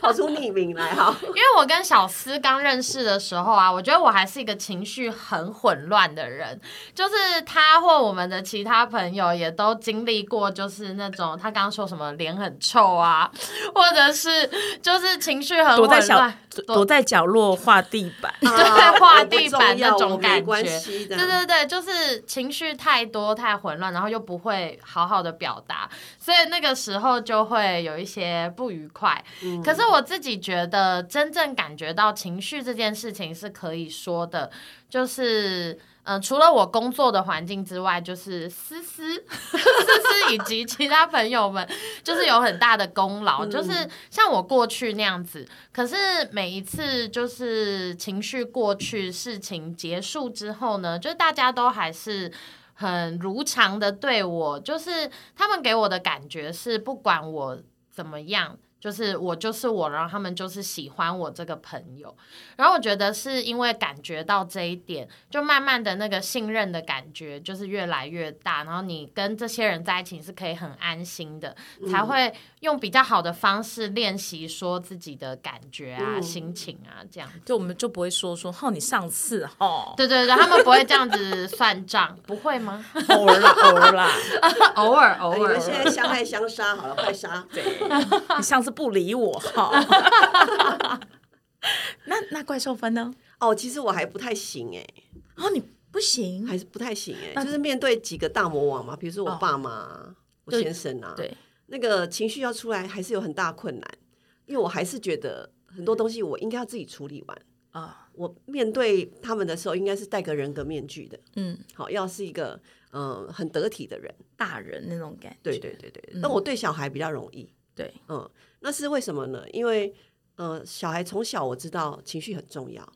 [SPEAKER 2] 跑出匿名来哈。
[SPEAKER 3] 因为我跟小思刚认识的时候啊，我觉得我还是一个情绪很混乱的人，就是他或我们的其他朋友也都经历过，就是那种他刚刚说什么脸很臭啊，或者是就是情绪很
[SPEAKER 1] 躲
[SPEAKER 3] 混
[SPEAKER 1] 在小
[SPEAKER 3] 乱，
[SPEAKER 1] 躲躲在角落画地 板，
[SPEAKER 2] 啊
[SPEAKER 3] 画
[SPEAKER 2] 我不
[SPEAKER 3] 地
[SPEAKER 2] 重
[SPEAKER 3] 板那
[SPEAKER 2] 要
[SPEAKER 3] 种
[SPEAKER 2] 我没
[SPEAKER 3] 感
[SPEAKER 2] 关
[SPEAKER 3] 觉
[SPEAKER 2] 系的
[SPEAKER 3] 对对对，就是情绪太多太混乱，然后又不会好好的表达，所以那个时候就会有一些不愉快。可是我自己觉得，真正感觉到情绪这件事情是可以说的，就是。嗯、除了我工作的环境之外，就是思思、思思以及其他朋友们，就是有很大的功劳。就是像我过去那样子，可是每一次就是情绪过去，事情结束之后呢，就是大家都还是。很如常的对我，就是他们给我的感觉是，不管我怎么样，就是我就是我，然后他们就是喜欢我这个朋友。然后我觉得是因为感觉到这一点，就慢慢的那个信任的感觉就是越来越大，然后你跟这些人在一起是可以很安心的，才会用比较好的方式练习说自己的感觉啊、
[SPEAKER 2] 嗯
[SPEAKER 3] 心情啊这样。
[SPEAKER 1] 就我们就不会说说哦，你上次哦，
[SPEAKER 3] 对对对，他们不会这样子算账，不会吗？
[SPEAKER 1] 偶尔啦偶尔啦，
[SPEAKER 3] 偶尔偶
[SPEAKER 2] 哎你
[SPEAKER 3] 尔
[SPEAKER 2] 们，现在相爱相杀好了，快 杀！对，
[SPEAKER 1] 你上次不理我哈。 那那怪兽分呢？
[SPEAKER 2] 哦，其实我还不太行哎，
[SPEAKER 1] 哦，你不行，
[SPEAKER 2] 还是不太行哎，就是面对几个大魔王嘛，比如说
[SPEAKER 3] 哦
[SPEAKER 2] 我爸妈、我
[SPEAKER 1] 对
[SPEAKER 2] 先生啊，
[SPEAKER 1] 对，
[SPEAKER 2] 那个情绪要出来还是有很大困难，因为我还是觉得很多东西我应该要自己处理完。
[SPEAKER 1] 啊，
[SPEAKER 2] 我面对他们的时候，应该是戴个人格面具的，
[SPEAKER 1] 嗯，
[SPEAKER 2] 好，要是一个嗯、呃很得体的人。
[SPEAKER 1] 大人那种感觉，
[SPEAKER 2] 对对对对，
[SPEAKER 3] 嗯
[SPEAKER 2] 但我对小孩比较容易，
[SPEAKER 1] 对，
[SPEAKER 2] 嗯，那是为什么呢？因为呃，小孩从小我知道情绪很重要，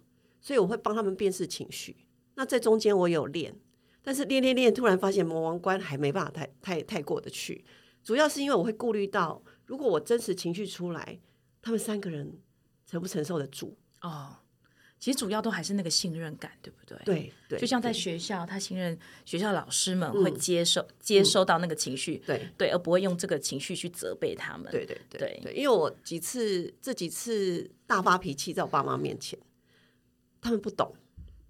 [SPEAKER 2] 所以我会帮他们辨识情绪。那在中间我有练，但是练练练，突然发现魔王关还没办法太太太过得去，主要是因为我会顾虑到，如果我真实情绪出来，他们三个人承不承受得住？
[SPEAKER 1] 哦，其实主要都还是那个信任感，对不对？。
[SPEAKER 2] 对对，
[SPEAKER 1] 哎就像在
[SPEAKER 2] 对
[SPEAKER 1] 学校，他信任学校老师们会接受、接收到那个情绪，
[SPEAKER 2] 对
[SPEAKER 1] 对，而不会用这个情绪去责备他们。
[SPEAKER 2] 对对
[SPEAKER 1] 对
[SPEAKER 2] 对对，因为我几次这几次大发脾气在我爸妈面前，他们不懂。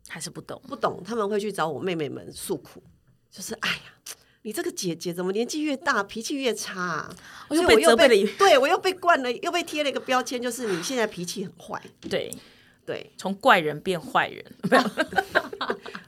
[SPEAKER 1] 还是不懂。
[SPEAKER 2] 不懂，他们会去找我妹妹们诉苦，就是哎呀，你这个姐姐怎么年纪越大脾气越差、啊？
[SPEAKER 1] 我
[SPEAKER 2] 所
[SPEAKER 1] 又
[SPEAKER 2] 以我
[SPEAKER 1] 被责
[SPEAKER 2] 又
[SPEAKER 1] 备了
[SPEAKER 2] 被
[SPEAKER 1] 一，
[SPEAKER 2] 对我又被灌了，又被贴了一个标签，就是你现在脾气很坏。
[SPEAKER 1] 对，
[SPEAKER 2] 对，
[SPEAKER 1] 从怪人变坏人，没有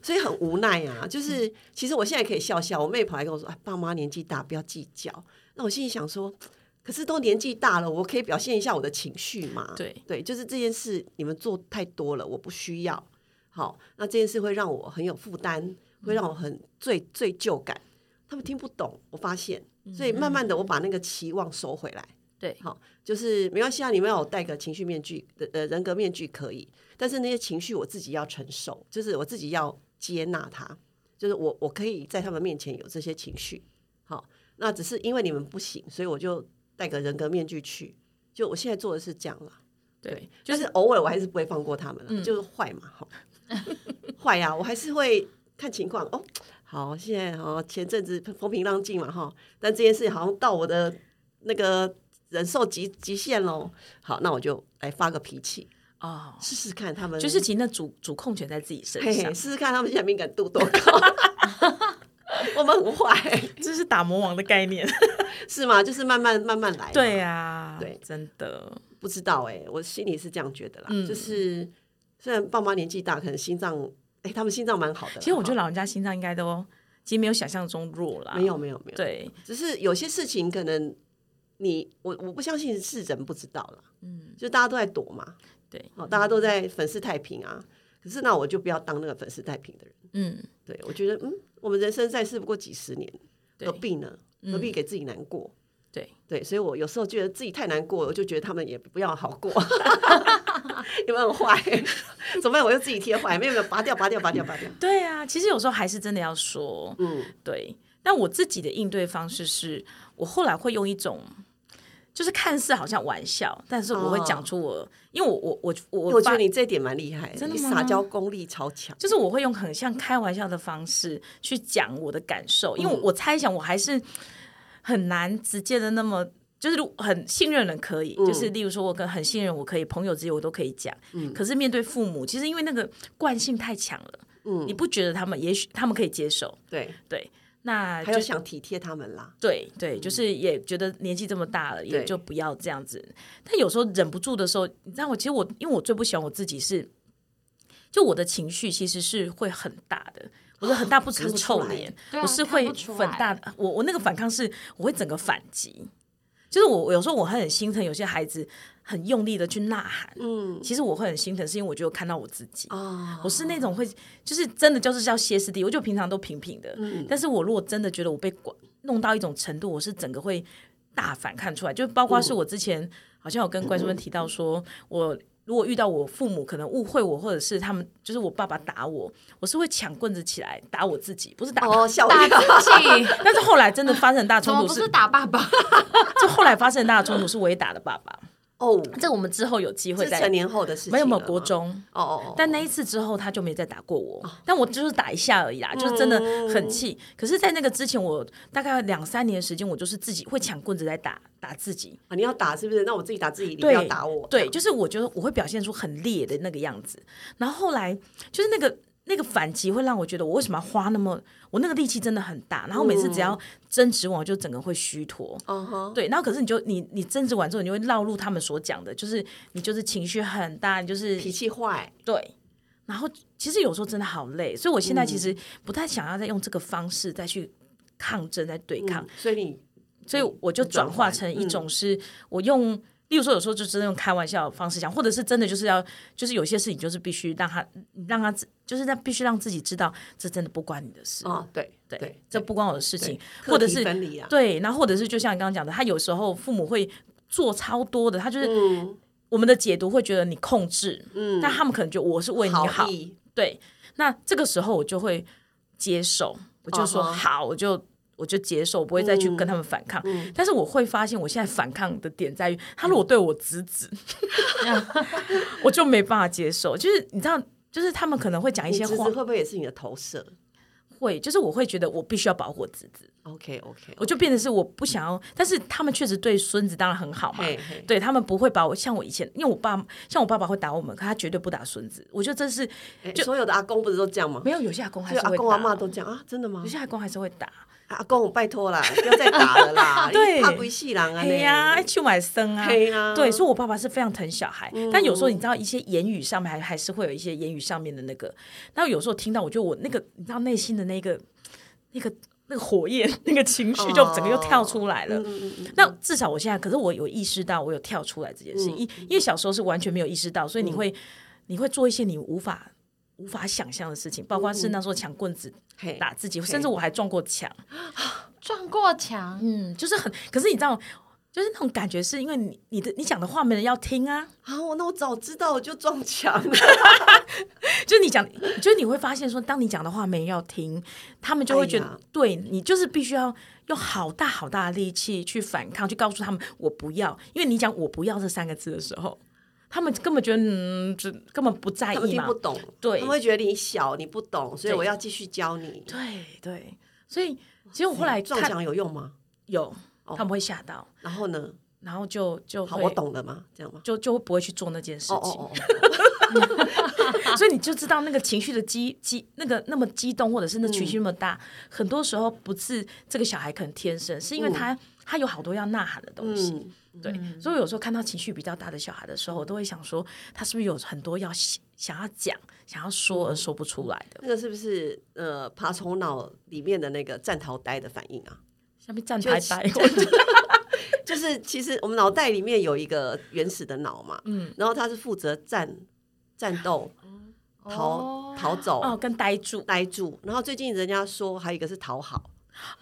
[SPEAKER 2] 所以很无奈啊。就是其实我现在可以笑笑，我妹跑来跟我说：“哎，爸妈年纪大，不要计较。”那我心里想说。可是都年纪大了，我可以表现一下我的情绪嘛？
[SPEAKER 1] 对
[SPEAKER 2] 对，就是这件事你们做太多了，我不需要。好，那这件事会让我很有负担，会让我很罪罪疚感。他们听不懂，我发现，所以慢慢的我把那个期望收回来。
[SPEAKER 1] 对
[SPEAKER 2] 好，就是没关系啊，你们要我戴个情绪面具，呃呃，人格面具可以，但是那些情绪我自己要承受，就是我自己要接纳它，就是我我可以在他们面前有这些情绪。好，那只是因为你们不行，所以我就戴个人格面具去。就我现在做的是这样啦，
[SPEAKER 1] 对，就
[SPEAKER 2] 就是是偶尔我还是不会放过他们啦，
[SPEAKER 1] 嗯
[SPEAKER 2] 就是坏嘛，哈， 坏呀、我还是会看情况哦。好，现在哦，前阵子风平浪静嘛，哈，但这件事好像到我的那个忍受极极限喽。好，那我就来发个脾气，
[SPEAKER 1] 哦，
[SPEAKER 2] 试试看他们，
[SPEAKER 1] 就是其实那主主控权在自己身
[SPEAKER 2] 嘿
[SPEAKER 1] 上
[SPEAKER 2] 嘿，，试试看他们现在敏感度多高。 我们很坏
[SPEAKER 1] 这是打魔王的概念。
[SPEAKER 2] 是吗？就是慢慢慢慢来，，
[SPEAKER 1] 对啊，
[SPEAKER 2] 对
[SPEAKER 1] 真的，
[SPEAKER 2] 不知道哎、我心里是这样觉得啦，
[SPEAKER 1] 嗯
[SPEAKER 2] 就是虽然爸妈年纪大，可能心脏哎、他们心脏蛮好的啦，
[SPEAKER 1] 其实我觉得
[SPEAKER 2] 哈
[SPEAKER 1] 老人家心脏应该都其实没有想象中弱啦。
[SPEAKER 2] 没，有没有没
[SPEAKER 1] 啊
[SPEAKER 2] 有，
[SPEAKER 1] 对，
[SPEAKER 2] 只是有些事情可能你我我不相信是人不知道啦，嗯，就大家都在躲嘛，
[SPEAKER 1] 对，
[SPEAKER 2] 哦，大家都在粉饰太平啊，可是那我就不要当那个粉饰太平的人，
[SPEAKER 1] 嗯，
[SPEAKER 2] 对我觉得嗯，我们人生在世不过几十年，
[SPEAKER 1] 对嗯
[SPEAKER 2] 何必呢？何必给自己难过？
[SPEAKER 1] 对
[SPEAKER 2] 对，所以我有时候觉得自己太难过了，我就觉得他们也不要好 过，你们很坏，怎么办？我又自己贴坏，没有没有，拔掉拔掉拔掉拔掉，
[SPEAKER 1] 对啊，其实有时候还是真的要说，
[SPEAKER 2] 嗯
[SPEAKER 1] 对。但我自己的应对方式是，我后来会用一种，就是看似好像玩笑，但是我会讲出我，因为我我我我
[SPEAKER 2] 我觉
[SPEAKER 1] 发
[SPEAKER 2] 得你这点蛮厉害，
[SPEAKER 1] 真的
[SPEAKER 2] 你
[SPEAKER 1] 吗
[SPEAKER 2] 撒娇功力超强。
[SPEAKER 1] 就是我会用很像开玩笑的方式去讲我的感受，因为
[SPEAKER 2] 嗯
[SPEAKER 1] 我猜想我还是很难直接的那么。就是如很信任人可以，
[SPEAKER 2] 嗯
[SPEAKER 1] 就是例如说，我跟很信任我可以，朋友之间我都可以讲。
[SPEAKER 2] 嗯
[SPEAKER 1] 可是面对父母，其实因为那个惯性太强了，
[SPEAKER 2] 嗯
[SPEAKER 1] 你不觉得他们也许他们可以接受？
[SPEAKER 2] 对，
[SPEAKER 1] 对，那
[SPEAKER 2] 还
[SPEAKER 1] 就
[SPEAKER 2] 有
[SPEAKER 1] 是
[SPEAKER 2] 想体贴他们啦。
[SPEAKER 1] 对对，就是也觉得年纪这么大了，也
[SPEAKER 2] 对
[SPEAKER 1] 就不要这样子。但有时候忍不住的时候，你知道我，其实我因为我最不喜欢我自己是，就我的情绪其实是会很大的，我的很大不只是
[SPEAKER 2] 哦看不出
[SPEAKER 1] 臭
[SPEAKER 2] 来
[SPEAKER 1] 脸，
[SPEAKER 3] 对啊
[SPEAKER 1] 我是
[SPEAKER 3] 看
[SPEAKER 1] 会
[SPEAKER 3] 不出
[SPEAKER 1] 很大，我我那个反抗是我会整个反击。就是我，我有时候我会很心疼，有些孩子很用力的去呐喊，嗯，其实我会很心疼，是因为我觉得我看到我自己，
[SPEAKER 2] 啊，
[SPEAKER 1] 我是那种会，就是真的就是叫歇斯底，我就平常都平平的，但是我如果真的觉得我被管弄到一种程度，我是整个会大反看出来，就包括是我之前、好像有跟关淑芬提到说，我如果遇到我父母可能误会我，或者是他们就是我爸爸打我，我是会抢棍子起来打我自己，不是打。
[SPEAKER 2] 哦，笑
[SPEAKER 3] 打自 己，
[SPEAKER 1] 但是后来真的发生很大
[SPEAKER 3] 怎
[SPEAKER 1] 冲
[SPEAKER 3] 么
[SPEAKER 1] 突
[SPEAKER 3] 不
[SPEAKER 1] 是，
[SPEAKER 3] 是打爸爸？
[SPEAKER 1] 就后来发生很大的冲突是我也打了爸爸，
[SPEAKER 2] 哦，
[SPEAKER 1] 这我们之后有机
[SPEAKER 2] 这
[SPEAKER 1] 会
[SPEAKER 2] 是
[SPEAKER 1] 再
[SPEAKER 2] 成年后的事情，
[SPEAKER 1] 没有没有国。中，
[SPEAKER 2] 哦哦，哦
[SPEAKER 1] 但那一次之后，他就没再打过我。但我就是打一下而已啦，就是真的
[SPEAKER 2] 嗯
[SPEAKER 1] 很气。可是，在那个之前，我大概两三年的时间，我就是自己会抢棍子来打打自己。
[SPEAKER 2] 啊你要打是不是？那我自己打自己，你不
[SPEAKER 1] 对，
[SPEAKER 2] 要打我。
[SPEAKER 1] 对，就是我觉得我会表现出很烈的那个样子。然后后来就是那个那个反击，会让我觉得我为什么要花那么我那个力气真的很大。然后每次只要争执完，我就整个会虚脱。
[SPEAKER 2] 嗯哼，
[SPEAKER 1] 对，然后可是你就你你争执完之后，你就会绕入他们所讲的，就是你就是情绪很大，你就是
[SPEAKER 2] 脾气坏，
[SPEAKER 1] 对，然后其实有时候真的好累，所以我现
[SPEAKER 2] 嗯
[SPEAKER 1] 在其实不太想要再用这个方式再去抗争、再对抗，
[SPEAKER 2] 所以你
[SPEAKER 1] 所
[SPEAKER 2] 嗯
[SPEAKER 1] 以我就转化成一种是我用，例如说有时候就真的用开玩笑的方式讲，或者是真的就是要，就是有些事情就是必须让他让他自就是让必须让自己知道，这真的不关你的事，
[SPEAKER 2] 哦，对
[SPEAKER 1] 对，
[SPEAKER 2] 对，
[SPEAKER 1] 这不关我的事情，
[SPEAKER 2] 课
[SPEAKER 1] 或者
[SPEAKER 2] 题
[SPEAKER 1] 是
[SPEAKER 2] 分离啊，
[SPEAKER 1] 对，然后或者是就像你刚刚讲的，他有时候父母会做超多的，他就是。
[SPEAKER 2] 嗯
[SPEAKER 1] 我们的解读会觉得你控制，嗯，但他们可能觉得我是为你好，
[SPEAKER 2] 意
[SPEAKER 1] 对，那这个时候我就会接受，我就说
[SPEAKER 2] 嗯哼
[SPEAKER 1] 好，我就我就接受，我不会再去跟他们反抗。但是我会发现，我现在反抗的点在于，他如果对我指 指，我就没办法接受。就是你知道，就是他们可能会讲一
[SPEAKER 2] 你
[SPEAKER 1] 些
[SPEAKER 2] 侄子
[SPEAKER 1] 话，
[SPEAKER 2] 会不会也是你的投射
[SPEAKER 1] 会就是我会觉得我必须要保护我侄子，
[SPEAKER 2] ？OK OK，
[SPEAKER 1] 我就变得是我不想要。但是他们确实对孙子当然很好嘛，
[SPEAKER 2] 嘿嘿
[SPEAKER 1] 对他们不会把我像我以前，因为我爸像我爸爸会打我们，可他绝对不打孙子。我觉得这是
[SPEAKER 2] 哎所有的阿公不是都这样吗？
[SPEAKER 1] 没有有些阿公还
[SPEAKER 2] 所以
[SPEAKER 1] 是
[SPEAKER 2] 阿
[SPEAKER 1] 会
[SPEAKER 2] 公阿
[SPEAKER 1] 打，
[SPEAKER 2] 妈都这样啊，真的吗
[SPEAKER 1] 有？些阿公还是会打。
[SPEAKER 2] 啊阿公，拜托啦，不要再打了 啦，
[SPEAKER 1] 对
[SPEAKER 2] 你怕鬼戏人啊，
[SPEAKER 1] 嘿哎呀、爱去买生啊，
[SPEAKER 2] 嘿呀嗯
[SPEAKER 1] 对，所以我爸爸是非常疼小孩，但有时候你知道一些言语上面还还是会有一些言语上面的那个，然后有时候听到，我觉得我那个你知道内心的那个那个那个火焰 那个情
[SPEAKER 2] 哦
[SPEAKER 1] 绪就整个又跳出来
[SPEAKER 2] 嗯
[SPEAKER 1] 了。那至少我现在，可是我有意识到我有跳出来这件事情，
[SPEAKER 2] 嗯
[SPEAKER 1] 因、因为小时候是完全没有意识到，所以你会、你会做一些你无法。无法想象的事情，包括
[SPEAKER 2] 嗯
[SPEAKER 1] 是那时候抢棍子
[SPEAKER 2] 嘿
[SPEAKER 1] 打自己，甚至我还撞过墙。
[SPEAKER 3] 撞过墙，
[SPEAKER 1] 嗯，就是很，可是你知道，就是那种感觉，是因为你你的你讲的话没人要听啊，
[SPEAKER 2] 啊，我那我早知道我就撞墙了，
[SPEAKER 1] 就是你讲，就是你会发现说，当你讲的话没人要听，他们就会觉得，
[SPEAKER 2] 哎呀
[SPEAKER 1] 对你就是必须要用好大好大的力气去反抗，去告诉他们我不要，因为你讲我不要这三个字的时候，他们根本觉得嗯，这根本不在
[SPEAKER 2] 他们
[SPEAKER 1] 意
[SPEAKER 2] 听
[SPEAKER 1] 嘛
[SPEAKER 2] 不，懂，
[SPEAKER 1] 对
[SPEAKER 2] 他们会觉得你小，你不懂，所以
[SPEAKER 1] 对
[SPEAKER 2] 我要继续教你。
[SPEAKER 1] 对对，所以其实我后来
[SPEAKER 2] 撞
[SPEAKER 1] 看
[SPEAKER 2] 墙有用吗？
[SPEAKER 1] 有他们会吓到，
[SPEAKER 2] 然后呢？
[SPEAKER 1] 然后就就
[SPEAKER 2] 哦好，
[SPEAKER 1] 会
[SPEAKER 2] 我懂了吗？这样吗？
[SPEAKER 1] 就就不会去做那件事
[SPEAKER 2] 哦
[SPEAKER 1] 情。
[SPEAKER 2] 哦哦，
[SPEAKER 1] 所以你就知道那个情绪的激激那个那么激动，或者是那情绪那么大，
[SPEAKER 2] 嗯
[SPEAKER 1] 很多时候不是这个小孩可能天生，是因为他、他有好多要呐喊的东西。
[SPEAKER 2] 嗯，
[SPEAKER 1] 对，所以有时候看到情绪比较大的小孩的时候，我都会想说，他是不是有很多要想想要讲、想要说而说不出来的？
[SPEAKER 2] 那个是不是呃爬虫脑里面的那个站桃呆的反应啊？
[SPEAKER 1] 下面站台
[SPEAKER 2] 就
[SPEAKER 1] 白，
[SPEAKER 2] 就是其实我们脑袋里面有一个原始的脑嘛，嗯，然后它是负责战战斗、逃
[SPEAKER 3] 哦
[SPEAKER 2] 逃走、
[SPEAKER 1] 哦，跟呆住
[SPEAKER 2] 呆住，然后最近人家说还有一个是讨好，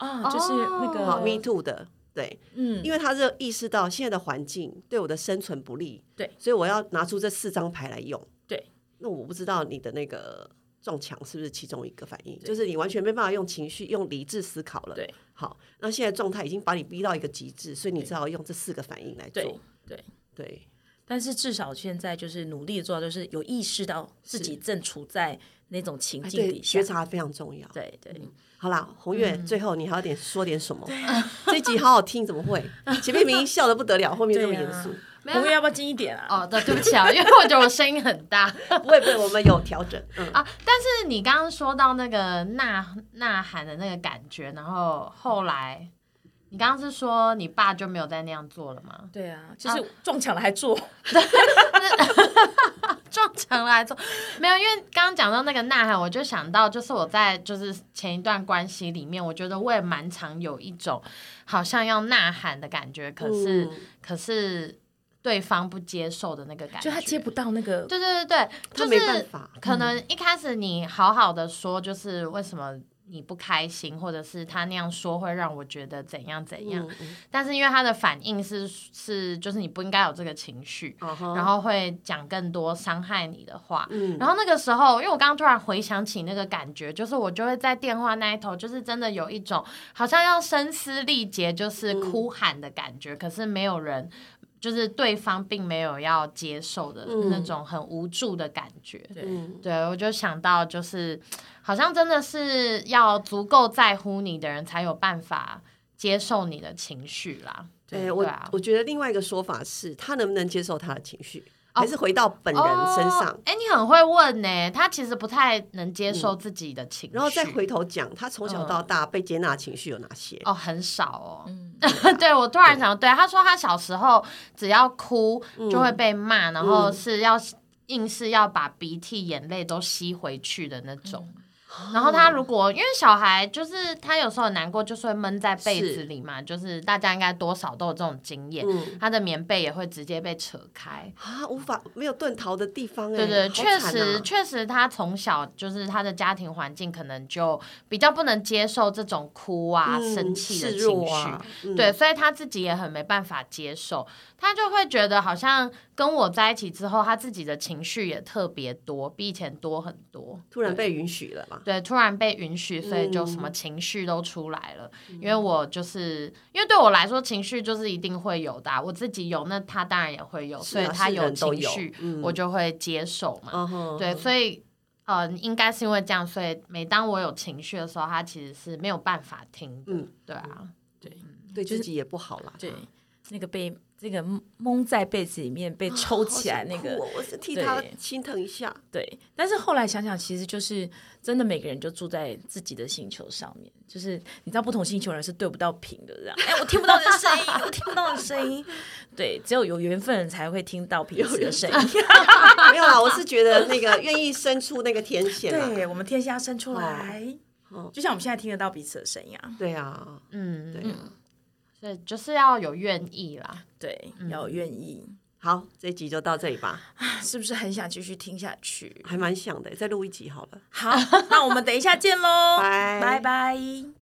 [SPEAKER 1] 哦，就是那个、
[SPEAKER 2] 好 me too 的，对，
[SPEAKER 1] 嗯，
[SPEAKER 2] 因为他是意识到现在的环境对我的生存不利，
[SPEAKER 1] 对，
[SPEAKER 2] 所以我要拿出这四张牌来用，
[SPEAKER 1] 对，
[SPEAKER 2] 那我不知道你的那个撞墙是不是其中一个反应？就是你完全没办法用情绪、用理智思考了。
[SPEAKER 1] 对，
[SPEAKER 2] 好，那现在状态已经把你逼到一个极致，所以你只好用这四个反应来
[SPEAKER 1] 对
[SPEAKER 2] 做。
[SPEAKER 1] 对。
[SPEAKER 2] 对，
[SPEAKER 1] 但是至少现在就是努力做到，就是有意识到自己正处在那种情
[SPEAKER 2] 哎
[SPEAKER 1] 境
[SPEAKER 2] 对，
[SPEAKER 1] 底下
[SPEAKER 2] 觉。察非常重要。
[SPEAKER 1] 对嗯对，
[SPEAKER 2] 好啦，红月，最后你还要点说点什么？ 这一集好好听，怎么会？前面明明笑得不得了，后面这么
[SPEAKER 1] 对啊
[SPEAKER 2] 严肃，
[SPEAKER 3] 没
[SPEAKER 1] 我
[SPEAKER 3] 有
[SPEAKER 1] 们要不要近一点啊？
[SPEAKER 3] 哦，对，对不起啊，因为我觉得我声音很大
[SPEAKER 2] 不会不会，我们有调整。嗯，
[SPEAKER 3] 啊。但是你刚刚说到那个呐呐喊的那个感觉，然后后来你刚刚是说你爸就没有再那样做了吗？
[SPEAKER 1] 对啊，就是撞墙了还做，
[SPEAKER 3] 撞墙来做没有，因为刚刚讲到那个呐喊，我就想到，就是我在就是前一段关系里面，我觉得我也蛮常有一种好像要呐喊的感觉，可是、
[SPEAKER 2] 嗯
[SPEAKER 3] 可是对方不接受的那个感觉，
[SPEAKER 1] 就他接不到那 个。
[SPEAKER 3] 对对对对，
[SPEAKER 2] 他
[SPEAKER 3] 就
[SPEAKER 2] 没办
[SPEAKER 3] 是
[SPEAKER 2] 法。
[SPEAKER 3] 可能一开始你好好的说，就是为什么你不开心，或者是他那样说会让我觉得怎样怎样，
[SPEAKER 2] 嗯嗯
[SPEAKER 3] 但是因为他的反应是是就是你不应该有这个情绪，
[SPEAKER 2] 啊哈
[SPEAKER 3] 然后会讲更多伤害你的话。
[SPEAKER 2] 嗯
[SPEAKER 3] 然后那个时候，因为我刚刚突然回想起那个感觉，就是我就会在电话那一头，就是真的有一种好像要声嘶力竭，就是
[SPEAKER 2] 嗯
[SPEAKER 3] 哭喊的感觉，可是没有人，就是对方并没有要接受的
[SPEAKER 2] 嗯
[SPEAKER 3] 那种很无助的感觉。
[SPEAKER 1] 对
[SPEAKER 2] 嗯
[SPEAKER 3] 对，我就想到，就是好像真的是要足够在乎你的人，才有办法接受你的情绪啦。
[SPEAKER 2] 哎、
[SPEAKER 3] 对
[SPEAKER 2] 我、
[SPEAKER 3] 啊
[SPEAKER 2] 我觉得另外一个说法是，他能不能接受他的情绪，
[SPEAKER 3] 哦
[SPEAKER 2] 还是回到本人身上，嗯
[SPEAKER 3] 哦哎、你很会问呢、他其实不太能接受自己的情绪，
[SPEAKER 2] 然后再回头讲他从小到大被接纳的情绪有哪些？
[SPEAKER 3] 嗯哦，很少哦。
[SPEAKER 1] 嗯，
[SPEAKER 3] 对，我突然想到，对，他说他小时候只要哭
[SPEAKER 2] 嗯
[SPEAKER 3] 就会被骂，然后是要硬是要把鼻涕、眼泪都吸回去的那种。然后他如果因为小孩就是他有时候很难过，就是会闷在被
[SPEAKER 2] 是
[SPEAKER 3] 子里嘛，就是大家应该多少都有这种经验，
[SPEAKER 2] 嗯
[SPEAKER 3] 他的棉被也会直接被扯开。
[SPEAKER 2] 啊，无法没有遁逃的地方、哎，
[SPEAKER 3] 对对，
[SPEAKER 2] 好
[SPEAKER 3] 确
[SPEAKER 2] 惨
[SPEAKER 3] 实
[SPEAKER 2] 啊
[SPEAKER 3] 确实，他从小就是他的家庭环境可能就比较不能接受这种哭啊、
[SPEAKER 2] 嗯
[SPEAKER 3] 生气的
[SPEAKER 2] 示
[SPEAKER 3] 情
[SPEAKER 2] 弱
[SPEAKER 3] 绪。
[SPEAKER 2] 啊，嗯
[SPEAKER 3] 对，所以他自己也很没办法接受，他就会觉得好像跟我在一起之后，他自己的情绪也特别多，比以前多很多。
[SPEAKER 2] 突然被允许了嘛，
[SPEAKER 3] 对，突然被允许，所以就什
[SPEAKER 2] 嗯
[SPEAKER 3] 么情绪都出来了。因为我就是因为对我来说，情绪就是一定会有的啊、我自己有，那他当然也会有，
[SPEAKER 2] 是
[SPEAKER 3] 所
[SPEAKER 2] 啊
[SPEAKER 3] 以他
[SPEAKER 2] 是人都
[SPEAKER 3] 情绪，
[SPEAKER 2] 有嗯
[SPEAKER 3] 我就会接受嘛。
[SPEAKER 2] 嗯哼，
[SPEAKER 3] 对，所以呃，应该是因为这样，所以每当我有情绪的时候，他其实是没有办法听的。
[SPEAKER 2] 嗯
[SPEAKER 3] 对啊，
[SPEAKER 2] 对自己也不好啦。
[SPEAKER 1] 对，那个被这个蒙在被子里面被抽起来那
[SPEAKER 2] 好
[SPEAKER 1] 个
[SPEAKER 2] 辛苦哦，我是替他
[SPEAKER 1] 对
[SPEAKER 2] 心疼一 下。
[SPEAKER 1] 对，但是后来想想，其实就是真的每个人就住在自己的星球上面，就是你知道不同星球人是对不到频的，这样， 哎，我听不到你的声音，我听不到你的声音， 对，只有有缘分人才会听到彼此的声音，
[SPEAKER 2] 没有啦，我是觉得那个愿意伸出那个天线 啦。
[SPEAKER 1] 对我们啊天下生出来，
[SPEAKER 2] 哦
[SPEAKER 1] 就像我们现在听得到彼此的声音啊，
[SPEAKER 2] 对啊，
[SPEAKER 3] 嗯，
[SPEAKER 2] 对
[SPEAKER 3] 对。
[SPEAKER 2] 啊。
[SPEAKER 3] 所以就是要有愿意啦。
[SPEAKER 1] 对，要有愿意，
[SPEAKER 2] 好，这一集就到这里吧，
[SPEAKER 1] 是不是很想继续听下去？
[SPEAKER 2] 还蛮想的，再录一集好了。
[SPEAKER 1] 好，那我们等一下见喽，
[SPEAKER 2] 拜
[SPEAKER 1] 拜拜。